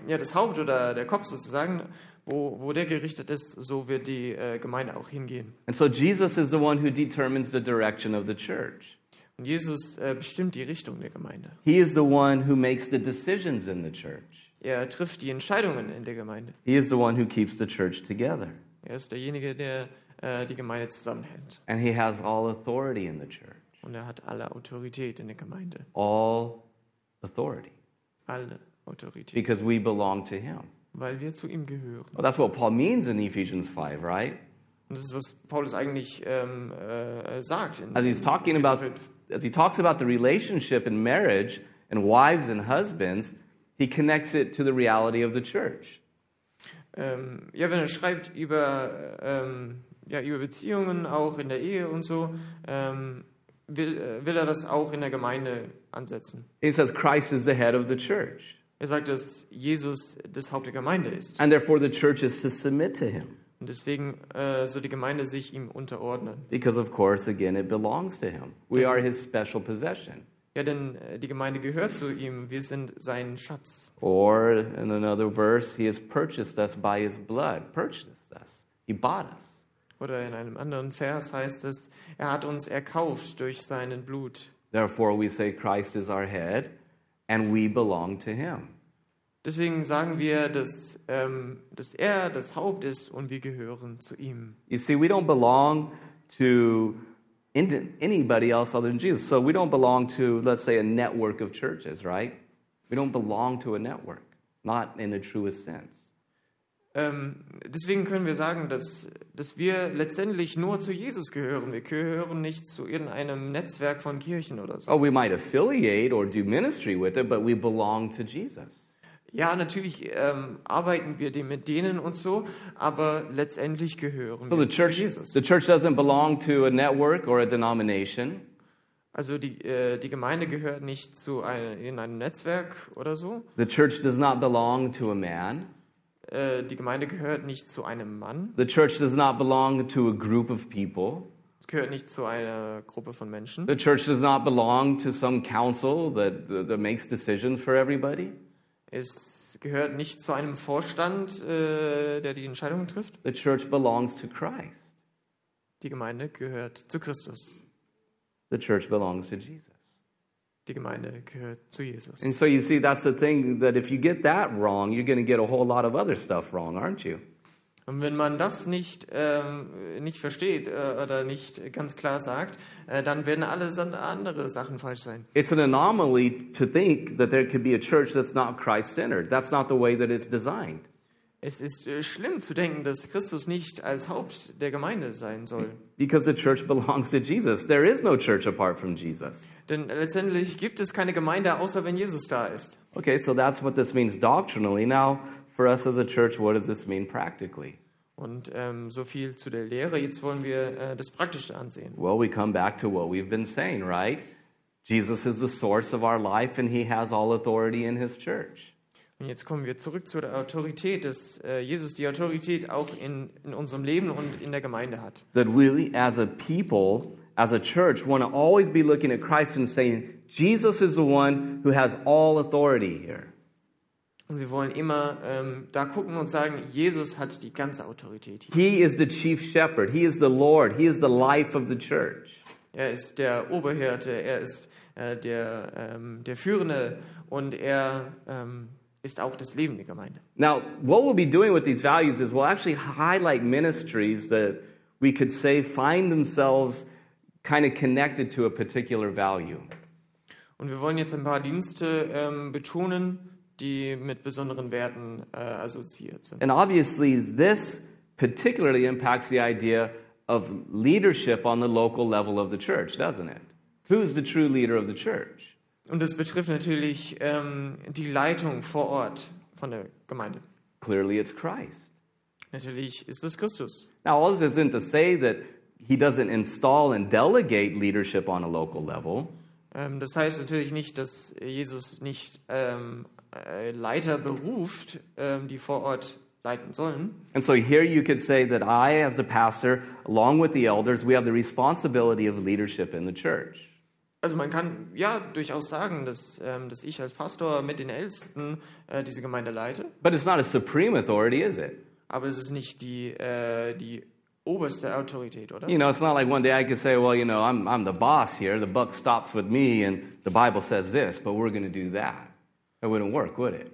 B: ja, das Haupt oder der Kopf sozusagen, wo, wo der gerichtet ist, so wird die äh, Gemeinde auch hingehen.
A: And so Jesus is the one who determines the direction of the church.
B: Und Jesus äh, bestimmt die Richtung der Gemeinde.
A: He is the one who makes the decisions in the church.
B: Er trifft die Entscheidungen in der Gemeinde.
A: He is the one who keeps the church together.
B: Er ist derjenige, der äh, die Gemeinde zusammenhält.
A: And he has all authority in the church.
B: Und er hat alle Autorität in der Gemeinde.
A: All authority.
B: Alle Autorität.
A: Because we belong to him.
B: Weil wir zu ihm gehören.
A: Well, that's what Paul means in Ephesians 5, right?
B: Und das ist, was Paulus eigentlich ähm, äh, sagt. In,
A: As he's talking about as he talks about the relationship in marriage and wives and husbands, he connects it to the reality of the church.
B: ähm, ja, wenn er schreibt über, ähm, ja, über Beziehungen, auch in der Ehe und so, ähm, will, äh, will er das auch in der Gemeinde ansetzen.
A: He says Christ is the head of the church,
B: Er sagt, dass Jesus das Haupt der Gemeinde ist.
A: and therefore the church is to submit to him.
B: Und deswegen äh, soll die Gemeinde sich ihm unterordnen.
A: Because, of course, again, it belongs to him. We are his special possession.
B: Ja, denn äh, die Gemeinde gehört zu ihm. Wir sind sein Schatz.
A: Or in another verse, he has purchased us by his blood, purchased us. He bought us.
B: Oder in einem anderen Vers heißt es, er hat uns erkauft durch seinen Blut.
A: Therefore, we say Christ is our head and we belong to him.
B: Deswegen sagen wir, dass, ähm, dass er das Haupt ist und wir gehören zu ihm.
A: You see, we don't belong to ind- anybody else other than Jesus. So we don't belong to, let's say, a network of churches, right? We don't belong to a network, not in the truest sense.
B: Ähm, deswegen können wir sagen, dass, dass wir letztendlich nur zu Jesus gehören. Wir gehören nicht zu irgendeinem Netzwerk von Kirchen oder so.
A: Oh, we might affiliate or do ministry with it, but we belong to Jesus.
B: Ja, natürlich ähm, arbeiten wir dem- mit denen und so, aber letztendlich gehören
A: So
B: wir
A: the church,
B: zu Jesus.
A: the church doesn't belong to a network or a denomination.
B: Also die, äh, die Gemeinde gehört nicht zu einer, in einem Netzwerk oder so.
A: The church does not belong to a man.
B: Äh, die Gemeinde gehört nicht zu einem Mann.
A: The church does not belong to a group of people.
B: Es gehört nicht zu einer Gruppe von Menschen.
A: The church does not belong to some council that, that, that makes decisions for everybody.
B: Es gehört nicht zu einem Vorstand, äh, der die Entscheidungen trifft.
A: The church belongs to Christ.
B: Die Gemeinde gehört zu Christus.
A: The church belongs to Jesus.
B: Die Gemeinde gehört zu Jesus.
A: And so you see, that's the thing that if you get that wrong, you're going to get a whole lot of other stuff wrong, aren't you?
B: Und wenn man das nicht, ähm, nicht versteht äh, oder nicht ganz klar sagt, äh, dann werden alle san- andere Sachen falsch sein.
A: It's an anomaly to think that there could be a church that's not Christ centered. That's not the way that it's designed.
B: Es ist äh, schlimm zu denken, dass Christus nicht als Haupt der Gemeinde sein soll.
A: Because the church *laughs* belongs to Jesus. There is no church apart from Jesus.
B: Denn letztendlich gibt es keine Gemeinde, außer wenn Jesus da ist.
A: Okay, so that's what this means doctrinally. Now, for us as a church, what does this mean practically?
B: Und ähm, so viel zu der Lehre. Jetzt wollen wir äh, das Praktische ansehen.
A: Well, we come back to what we've been saying, right? Jesus is the source of our life and he has all authority in his church.
B: Und jetzt kommen wir zurück zu der Autorität, dass äh, Jesus die Autorität auch in, in unserem Leben und in der Gemeinde hat.
A: That really, as a people, as a church, want to always be looking at Christ and saying, Jesus is the one who has all authority here.
B: Und wir wollen immer ähm, da gucken und sagen, Jesus hat die ganze Autorität hier.
A: He is the chief shepherd. He is the Lord. He is the life of the church.
B: Er ist der Oberhirte, er ist äh, der, ähm, der Führende und er ähm, ist auch das Leben der Gemeinde.
A: Now, what we'll be doing with these values is we'll actually highlight ministries that we could say find themselves kind of connected to a particular value.
B: Und wir wollen jetzt ein paar Dienste ähm, betonen, die mit besonderen Werten äh, assoziiert sind.
A: And obviously, this particularly impacts the idea of leadership on the local level of the church, doesn't it? Who's the true leader of the church?
B: Und das betrifft natürlich ähm, die Leitung vor Ort von der Gemeinde.
A: Clearly, it's Christ.
B: Natürlich ist es Christus.
A: Now, all this isn't to say that he doesn't install and delegate leadership on a local level.
B: Ähm, das heißt natürlich nicht, dass Jesus nicht ähm, äh, Leiter beruft, ähm, die vor Ort leiten sollen.
A: And so here you could say that I, as the pastor, along with the elders, we have the responsibility of leadership in the church.
B: Also man kann ja durchaus sagen, dass, ähm, dass ich als Pastor mit den Ältesten äh, diese Gemeinde leite,
A: But it's not a supreme authority, is it?
B: aber es ist nicht die, äh, die oberste Autorität, oder?
A: You know, it's not like one day I could say, well, you know, I'm, I'm the boss here, the buck stops with me, and the Bible says this, but we're going to do that. It wouldn't work, would it?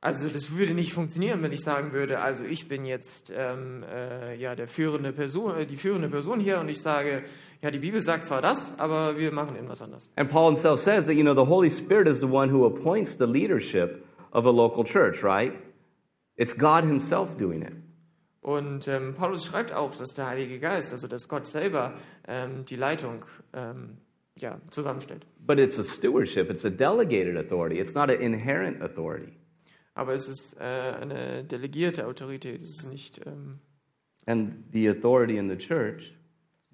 B: Also das würde nicht funktionieren, wenn ich sagen würde, also ich bin jetzt ähm, äh, ja der führende Person, äh, die führende Person hier und ich sage, ja die Bibel sagt zwar das, aber wir machen irgendwas anders.
A: And Paul himself says that, you know, the Holy Spirit is the one who appoints the leadership of a local church, right? It's God himself doing it.
B: Und ähm, Paulus schreibt auch, dass der Heilige Geist, also dass Gott selber ähm, die Leitung ähm, ja zusammenstellt.
A: But it's a stewardship, it's a delegated authority, it's not an inherent authority.
B: Aber es ist äh, eine delegierte Autorität, es ist nicht ähm,
A: And the authority in the church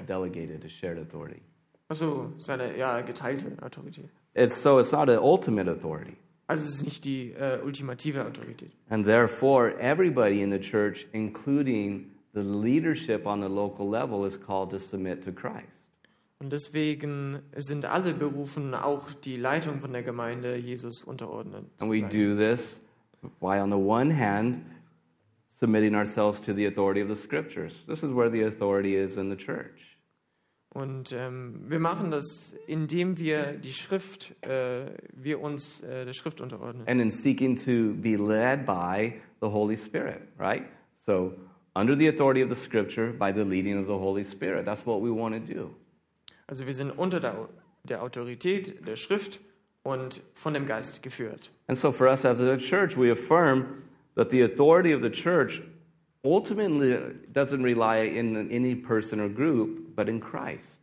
A: delegated a shared authority.
B: also seine ja geteilte Autorität.
A: It's, so it's not an ultimate authority.
B: Also es ist nicht die äh, ultimative Autorität.
A: And therefore, everybody in the church, including the leadership on the local level, is called to submit to Christ.
B: Und Und deswegen sind alle berufen, auch die Leitung von der Gemeinde Jesus unterordnet. zu
A: And we
B: sein.
A: do this by, on the one hand, submitting ourselves to the authority of the scriptures. This is where the authority is in the church.
B: Und ähm, wir machen das, indem wir die Schrift, äh, wir uns äh, der Schrift unterordnen.
A: And in seeking to be led by the Holy Spirit, right? So, under the authority of the scripture, by the leading of the Holy Spirit. That's what we want to do.
B: Also wir sind unter der, Au- der Autorität der Schrift und von dem Geist geführt.
A: And so, for us as a church, we affirm that the authority of the church ultimately doesn't rely in any person or group, but in Christ.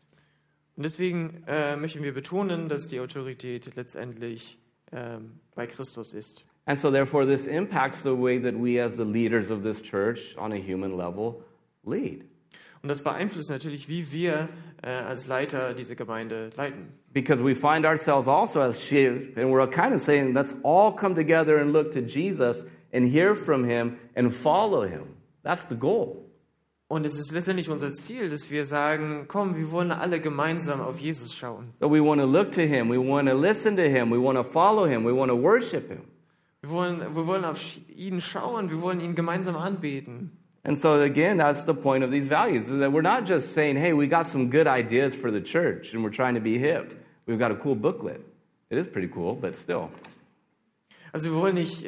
B: Und deswegen äh, möchten wir betonen, dass die Autorität letztendlich ähm, bei Christus ist.
A: And so, therefore, this impacts the way that we, as the leaders of this church on a human level, lead.
B: Und das beeinflusst natürlich, wie wir äh, als Leiter diese Gemeinde leiten.
A: Because we find ourselves also as sheep, and we're kind of saying, let's all come together and look to Jesus and hear from him and follow him. That's the goal.
B: Und es ist letztendlich unser Ziel, dass wir sagen, komm, wir wollen alle gemeinsam auf Jesus schauen.
A: That we want to look to him, we want to listen to him, we want to follow him, we want to worship him.
B: Wir wollen, wir wollen auf ihn schauen, wir wollen ihn gemeinsam anbeten.
A: And so again, that's the point of these values is that we're not just saying, "Hey, we got some good ideas for the church, and we're trying to be hip. We've got a cool booklet. It is pretty cool, but still."
B: Also wir wollen nicht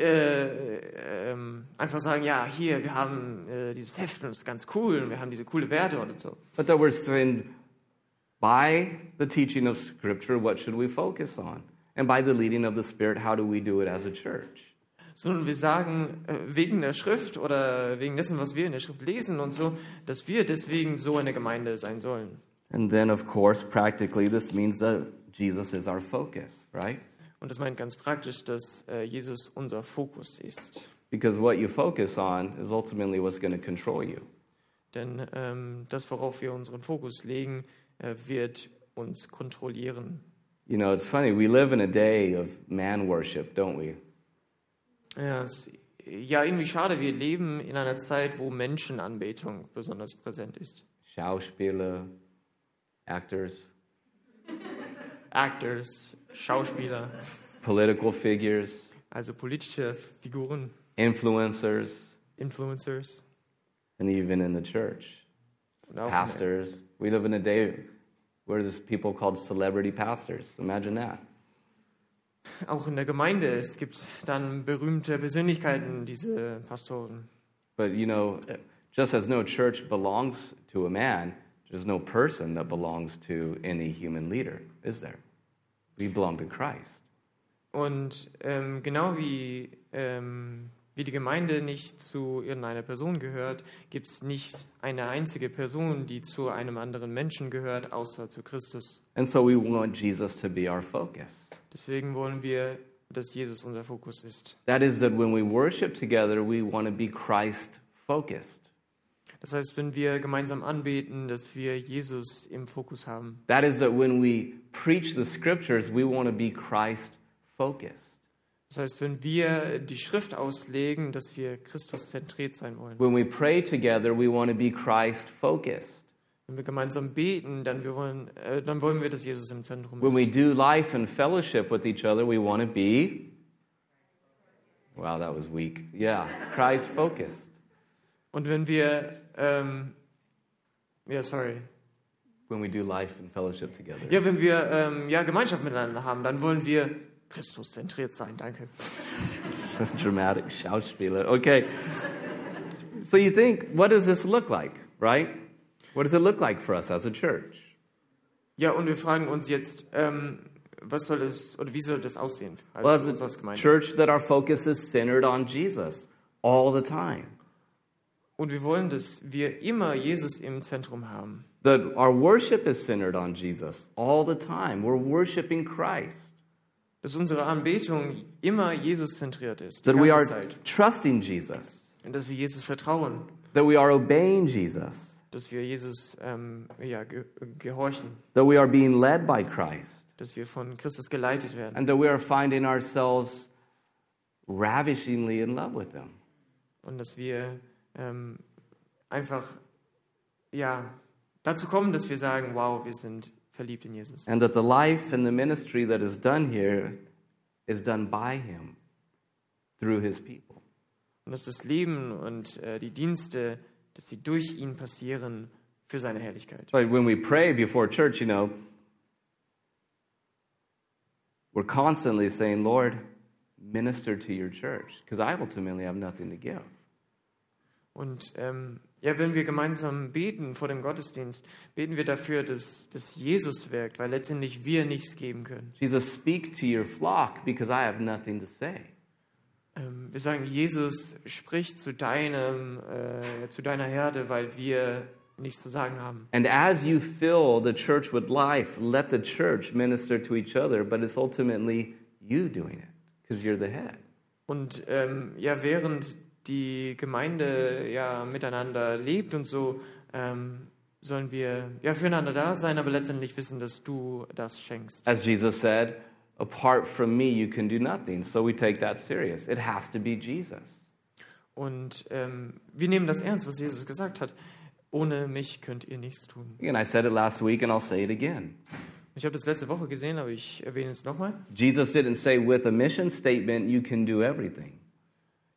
B: äh, ähm, einfach sagen, ja, hier, wir haben äh, dieses Heft und es ist ganz cool und wir haben diese coole Werte und so.
A: But that we're saying, by the teaching of Scripture, what should we focus on, and by the leading of the Spirit, how do we do it as a church?
B: Sondern wir sagen, äh, wegen der Schrift oder wegen dessen, was wir in der Schrift lesen und so, dass wir deswegen so eine Gemeinde sein sollen.
A: And then, of course, practically, this means that Jesus is our focus, right?
B: Und das meint ganz praktisch, dass äh, Jesus unser Fokus ist.
A: Because what you focus on is ultimately what's going to control you.
B: Denn ähm, das, worauf wir unseren Fokus legen, äh, wird uns kontrollieren.
A: You know, it's funny. We live in a day of man worship, don't we?
B: Ja, es, ja, irgendwie schade, wir leben in einer Zeit, wo Menschenanbetung besonders präsent ist.
A: Schauspieler, actors,
B: Actors, Schauspieler,
A: political figures,
B: also politische Figuren,
A: influencers,
B: Influencers
A: and even in the church,
B: und auch
A: pastors. We live in a day where there's people called celebrity pastors. Imagine that.
B: auch in der Gemeinde. Es gibt dann berühmte Persönlichkeiten, diese Pastoren.
A: But you know, just as no church belongs to a man, there's no person that belongs to any human leader, is there? We belong to Christ.
B: Und ähm, genau wie, ähm, wie die Gemeinde nicht zu irgendeiner Person gehört, gibt es nicht eine einzige Person, die zu einem anderen Menschen gehört, außer zu Christus.
A: And so we want Jesus to be our focus.
B: Deswegen wollen wir, dass Jesus unser Fokus ist.
A: That is, that when we worship together, we want to be Christ focused.
B: Das heißt, wenn wir gemeinsam anbeten, dass wir Jesus im Fokus haben.
A: That is that when we preach the scriptures, we want to be Christ focused.
B: Das heißt, wenn wir die Schrift auslegen, dass wir Christus zentriert sein wollen.
A: When we pray together, we want to be Christ focused.
B: Wenn wir gemeinsam beten, dann, wir wollen, äh, dann wollen wir, dass Jesus im Zentrum
A: When
B: ist.
A: we do life and fellowship with each other, we want to be. Wow, that was weak. Yeah, Christ focused.
B: Und wenn wir, ähm, ja, sorry.
A: When we do life and fellowship together. *laughs*
B: Ja, wenn wir ähm, ja, Gemeinschaft miteinander haben, dann wollen wir Christus zentriert sein. Danke.
A: Dramatic Schauspieler. Okay. So you think, what does this look like, right? What does it look like for us as a church?
B: Ja, und wir fragen uns jetzt, ähm, was soll das oder wie soll das aussehen? Also
A: Well,
B: für uns
A: as
B: als
A: a
B: Gemeinde.
A: church that our focus is centered on Jesus all the time.
B: Und wir wollen, dass wir immer Jesus im Zentrum haben.
A: That our worship is centered on Jesus all the time. We're worshiping Christ.
B: Dass unsere Anbetung immer Jesus zentriert ist. Die
A: That we
B: ganze
A: are
B: Zeit.
A: trusting Jesus.
B: Und dass wir Jesus vertrauen.
A: That we are obeying Jesus.
B: Dass wir Jesus ähm, ja, ge gehorchen.
A: That we are being led by Christ.
B: Dass wir von Christus geleitet werden.
A: And that we are finding ourselves ravishingly in love with Him.
B: und dass wir ähm, einfach ja dazu kommen, dass wir sagen, wow, wir sind verliebt in Jesus.
A: and that the life and the ministry that is done here is done by him through his people.
B: Und dass das Leben und äh, die Dienste, dass sie durch ihn passieren für seine Herrlichkeit.
A: So when we pray before church, you know, we're constantly saying, Lord, minister to your church, because I ultimately have nothing to give.
B: Und ähm, ja, wenn wir gemeinsam beten vor dem Gottesdienst, beten wir dafür, dass, dass Jesus wirkt, weil letztendlich wir nichts geben können.
A: Jesus, speak to your flock, because I have nothing to say.
B: Ähm, wir sagen, Jesus, sprich zu, deinem, äh, zu deiner Herde, weil wir nichts zu sagen haben.
A: And as you fill the church with life, let the church minister to each other, but it's ultimately you doing it, because you're the head.
B: Und ähm, ja, während die Gemeinde ja miteinander lebt und so, ähm, sollen wir ja füreinander da sein, aber letztendlich wissen, dass du das schenkst.
A: As Jesus said, apart from me, you can do nothing. So we take that serious. It has to be Jesus.
B: Und ähm, wir nehmen das ernst, was Jesus gesagt hat. Ohne mich könnt ihr nichts tun.
A: Again, I said it last week and I'll say it again.
B: Ich habe das letzte Woche gesehen, aber ich erwähne es nochmal.
A: Jesus didn't say with a mission statement, you can do everything.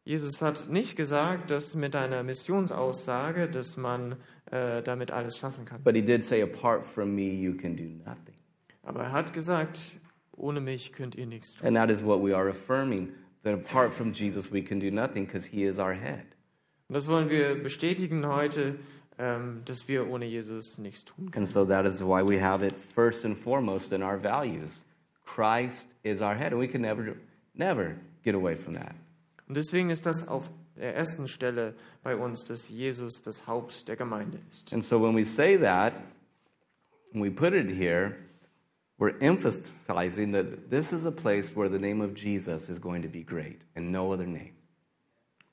B: Jesus hat nicht gesagt, dass mit einer Missionsaussage, dass man äh, damit alles schaffen kann.
A: But he did say, apart from me, you can do nothing.
B: Aber er hat gesagt, ohne mich könnt ihr nichts tun.
A: And that is what we are affirming that apart from Jesus, we can do nothing because he is our head.
B: Und das wollen wir bestätigen heute, ähm, dass wir ohne Jesus nichts tun können.
A: And so that is why we have it first and foremost in our values. Christ is our head. And we can never, never get away from that.
B: Und deswegen ist das auf der ersten Stelle bei uns, dass Jesus das Haupt der Gemeinde ist.
A: And so when we say that, when we put it here, we're emphasizing that this is a place where the name of Jesus is going to be great and no other name.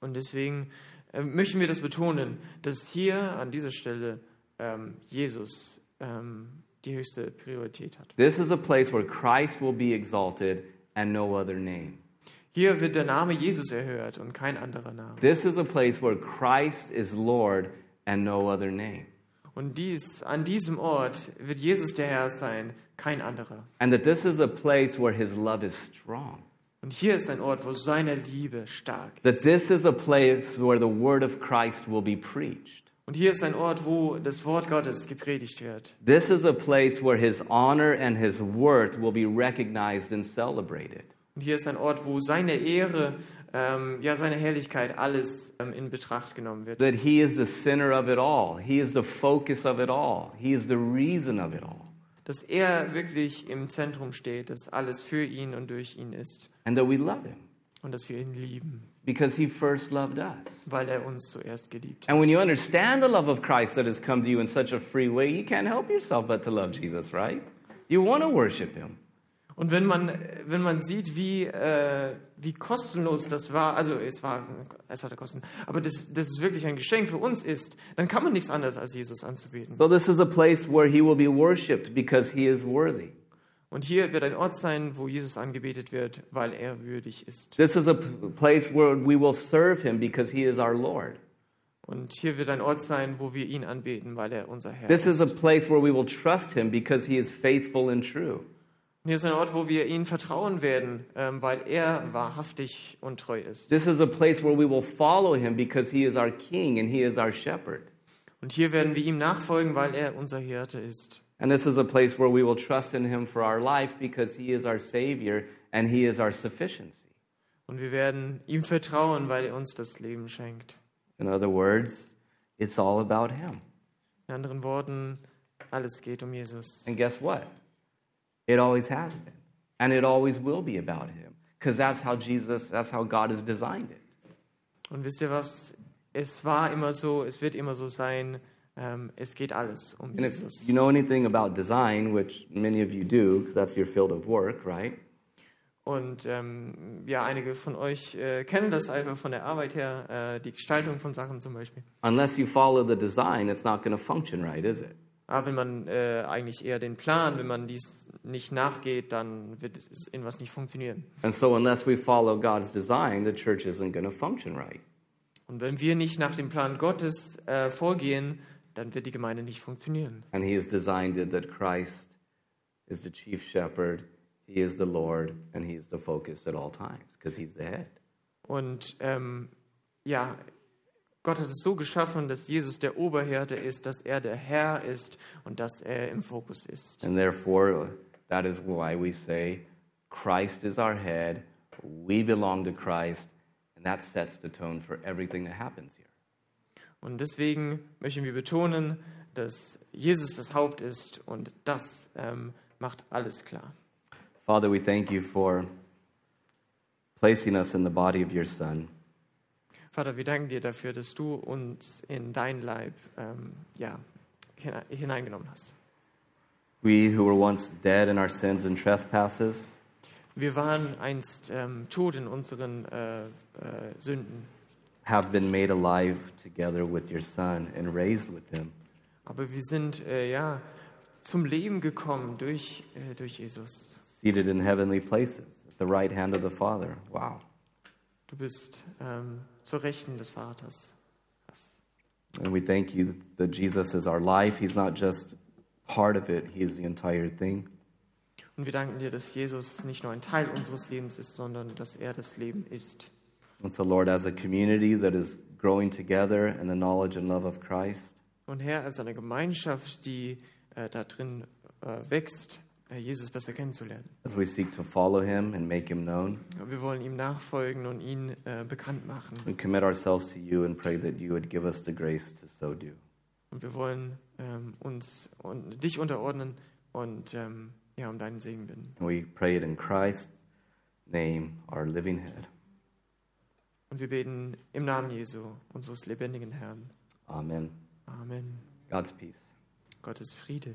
B: Und deswegen äh, möchten wir das betonen, dass hier an dieser Stelle ähm, Jesus ähm, die höchste Priorität hat.
A: This is a place where Christ will be exalted and no other name.
B: Hier wird der Name Jesus erhört und kein anderer Name.
A: This is a place where Christ is Lord and no other name.
B: Und dies, an diesem Ort wird Jesus der Herr sein, kein anderer.
A: And that this is a place where his love is strong.
B: Und hier ist ein Ort, wo seine Liebe stark
A: That this is a place where the word of Christ will be preached.
B: Und hier ist ein Ort, wo das Wort Gottes gepredigt wird.
A: This is a place where his honor and his worth will be recognized and celebrated.
B: Und hier ist ein Ort, wo seine Ehre, ähm, ja, seine Herrlichkeit, alles ähm, in Betracht genommen wird.
A: That he is the center of it all. He is the focus of it all. He is the reason of it all.
B: Dass er wirklich im Zentrum steht, dass alles für ihn und durch ihn ist.
A: And that we love him
B: Und dass wir ihn lieben,
A: because he first loved us.
B: weil er uns zuerst geliebt hat.
A: And when you understand the love of Christ that has come to you in such a free way, you can't help yourself but to love Jesus, right? You want to worship him.
B: Und wenn man, äh, wenn man sieht, wie, äh, wie kostenlos das war, also es war, es hatte Kosten, aber dass, dass es wirklich ein Geschenk für uns ist, dann kann man nichts anderes als Jesus anzubeten.
A: So this is a place where he will be worshiped because he is worthy.
B: Und hier wird ein Ort sein, wo Jesus angebetet wird, weil er würdig ist.
A: This is a p- place where we will serve him because he is our Lord.
B: Und hier wird ein Ort sein, wo wir ihn anbeten, weil er unser Herr
A: This is
B: ist.
A: a place where we will trust him because he is faithful and true.
B: Und hier ist ein Ort, wo wir ihm vertrauen werden, ähm, weil er wahrhaftig und treu ist.
A: This is a place where we will follow him because he is our king and he is our shepherd.
B: Und hier werden wir ihm nachfolgen, weil er unser Hirte ist.
A: And this is a place where we will trust in him for our life because he is our savior and he is our sufficiency.
B: Und wir werden ihm vertrauen, weil er uns das Leben schenkt.
A: In other words, it's all about him.
B: In anderen Worten, alles geht um Jesus.
A: And guess what? It always has been. And it always will be about him because that's how Jesus, that's how God has designed it.
B: Und wisst ihr was? Es war immer so, es wird immer so sein. Ähm, es geht alles um
A: And if
B: Jesus.
A: you know anything about design, which many of you do, because that's your field of work, right?
B: Und ähm, ja, einige von euch äh, kennen das einfach von der Arbeit her, äh, die Gestaltung von Sachen zum Beispiel.
A: Unless you follow the design, it's not going to function right, is it?
B: Aber wenn man äh, eigentlich eher den Plan, wenn man dies nicht nachgeht, dann wird es in was nicht funktionieren.
A: And so, unless we follow God's design, the church isn't going to function right.
B: Und wenn wir nicht nach dem Plan Gottes äh, vorgehen, dann wird die Gemeinde nicht funktionieren.
A: And He has designed it that Christ is the chief shepherd, he is the Lord, and he's the focus at all times because he's the head.
B: Und ähm, ja, Gott hat es so geschaffen, dass Jesus der Oberhirte ist, dass er der Herr ist und dass er im Fokus ist.
A: And therefore, that is why we say Christ is our head, we belong to Christ, and that sets the tone for everything that happens here.
B: Und deswegen möchten wir betonen, dass Jesus das Haupt ist und das ähm, macht alles klar.
A: Father, we thank you for placing us in the body of your Son.
B: Vater, wir danken dir dafür, dass du uns in dein Leib ähm, ja, hinein- hineingenommen hast.
A: We who were once dead in our sins and trespasses,
B: Wir waren einst ähm, tot in unseren äh, äh, Sünden,
A: have been made alive together with your Son and raised with him.
B: aber wir sind äh, ja zum Leben gekommen durch, äh, durch Jesus.
A: seated in heavenly places at the right hand of the Father. Wow.
B: Du bist ähm, zur Rechten des Vaters.
A: And we thank you that Jesus is our life. He's not just part of it, He is the entire thing.
B: Und wir danken dir, dass Jesus nicht nur ein Teil unseres Lebens ist, sondern dass er das Leben ist.
A: And so, Lord, as a community that is growing together in the knowledge and love of Christ,
B: Und Herr, als eine Gemeinschaft, die äh, da drin äh, wächst, äh, Jesus besser kennenzulernen.
A: as we seek to follow Him and make Him known,
B: Wir wollen ihm nachfolgen und ihn äh, bekannt machen.
A: we commit ourselves to you and pray that you would give us the grace to so do.
B: Und wir wollen ähm, uns und dich unterordnen und ähm, ja, um deinen Segen bitten.
A: And we pray it in Christ's name, our living head.
B: Und wir beten im Namen Jesu, unseres lebendigen Herrn.
A: Amen.
B: Amen.
A: God's peace.
B: Gottes Friede.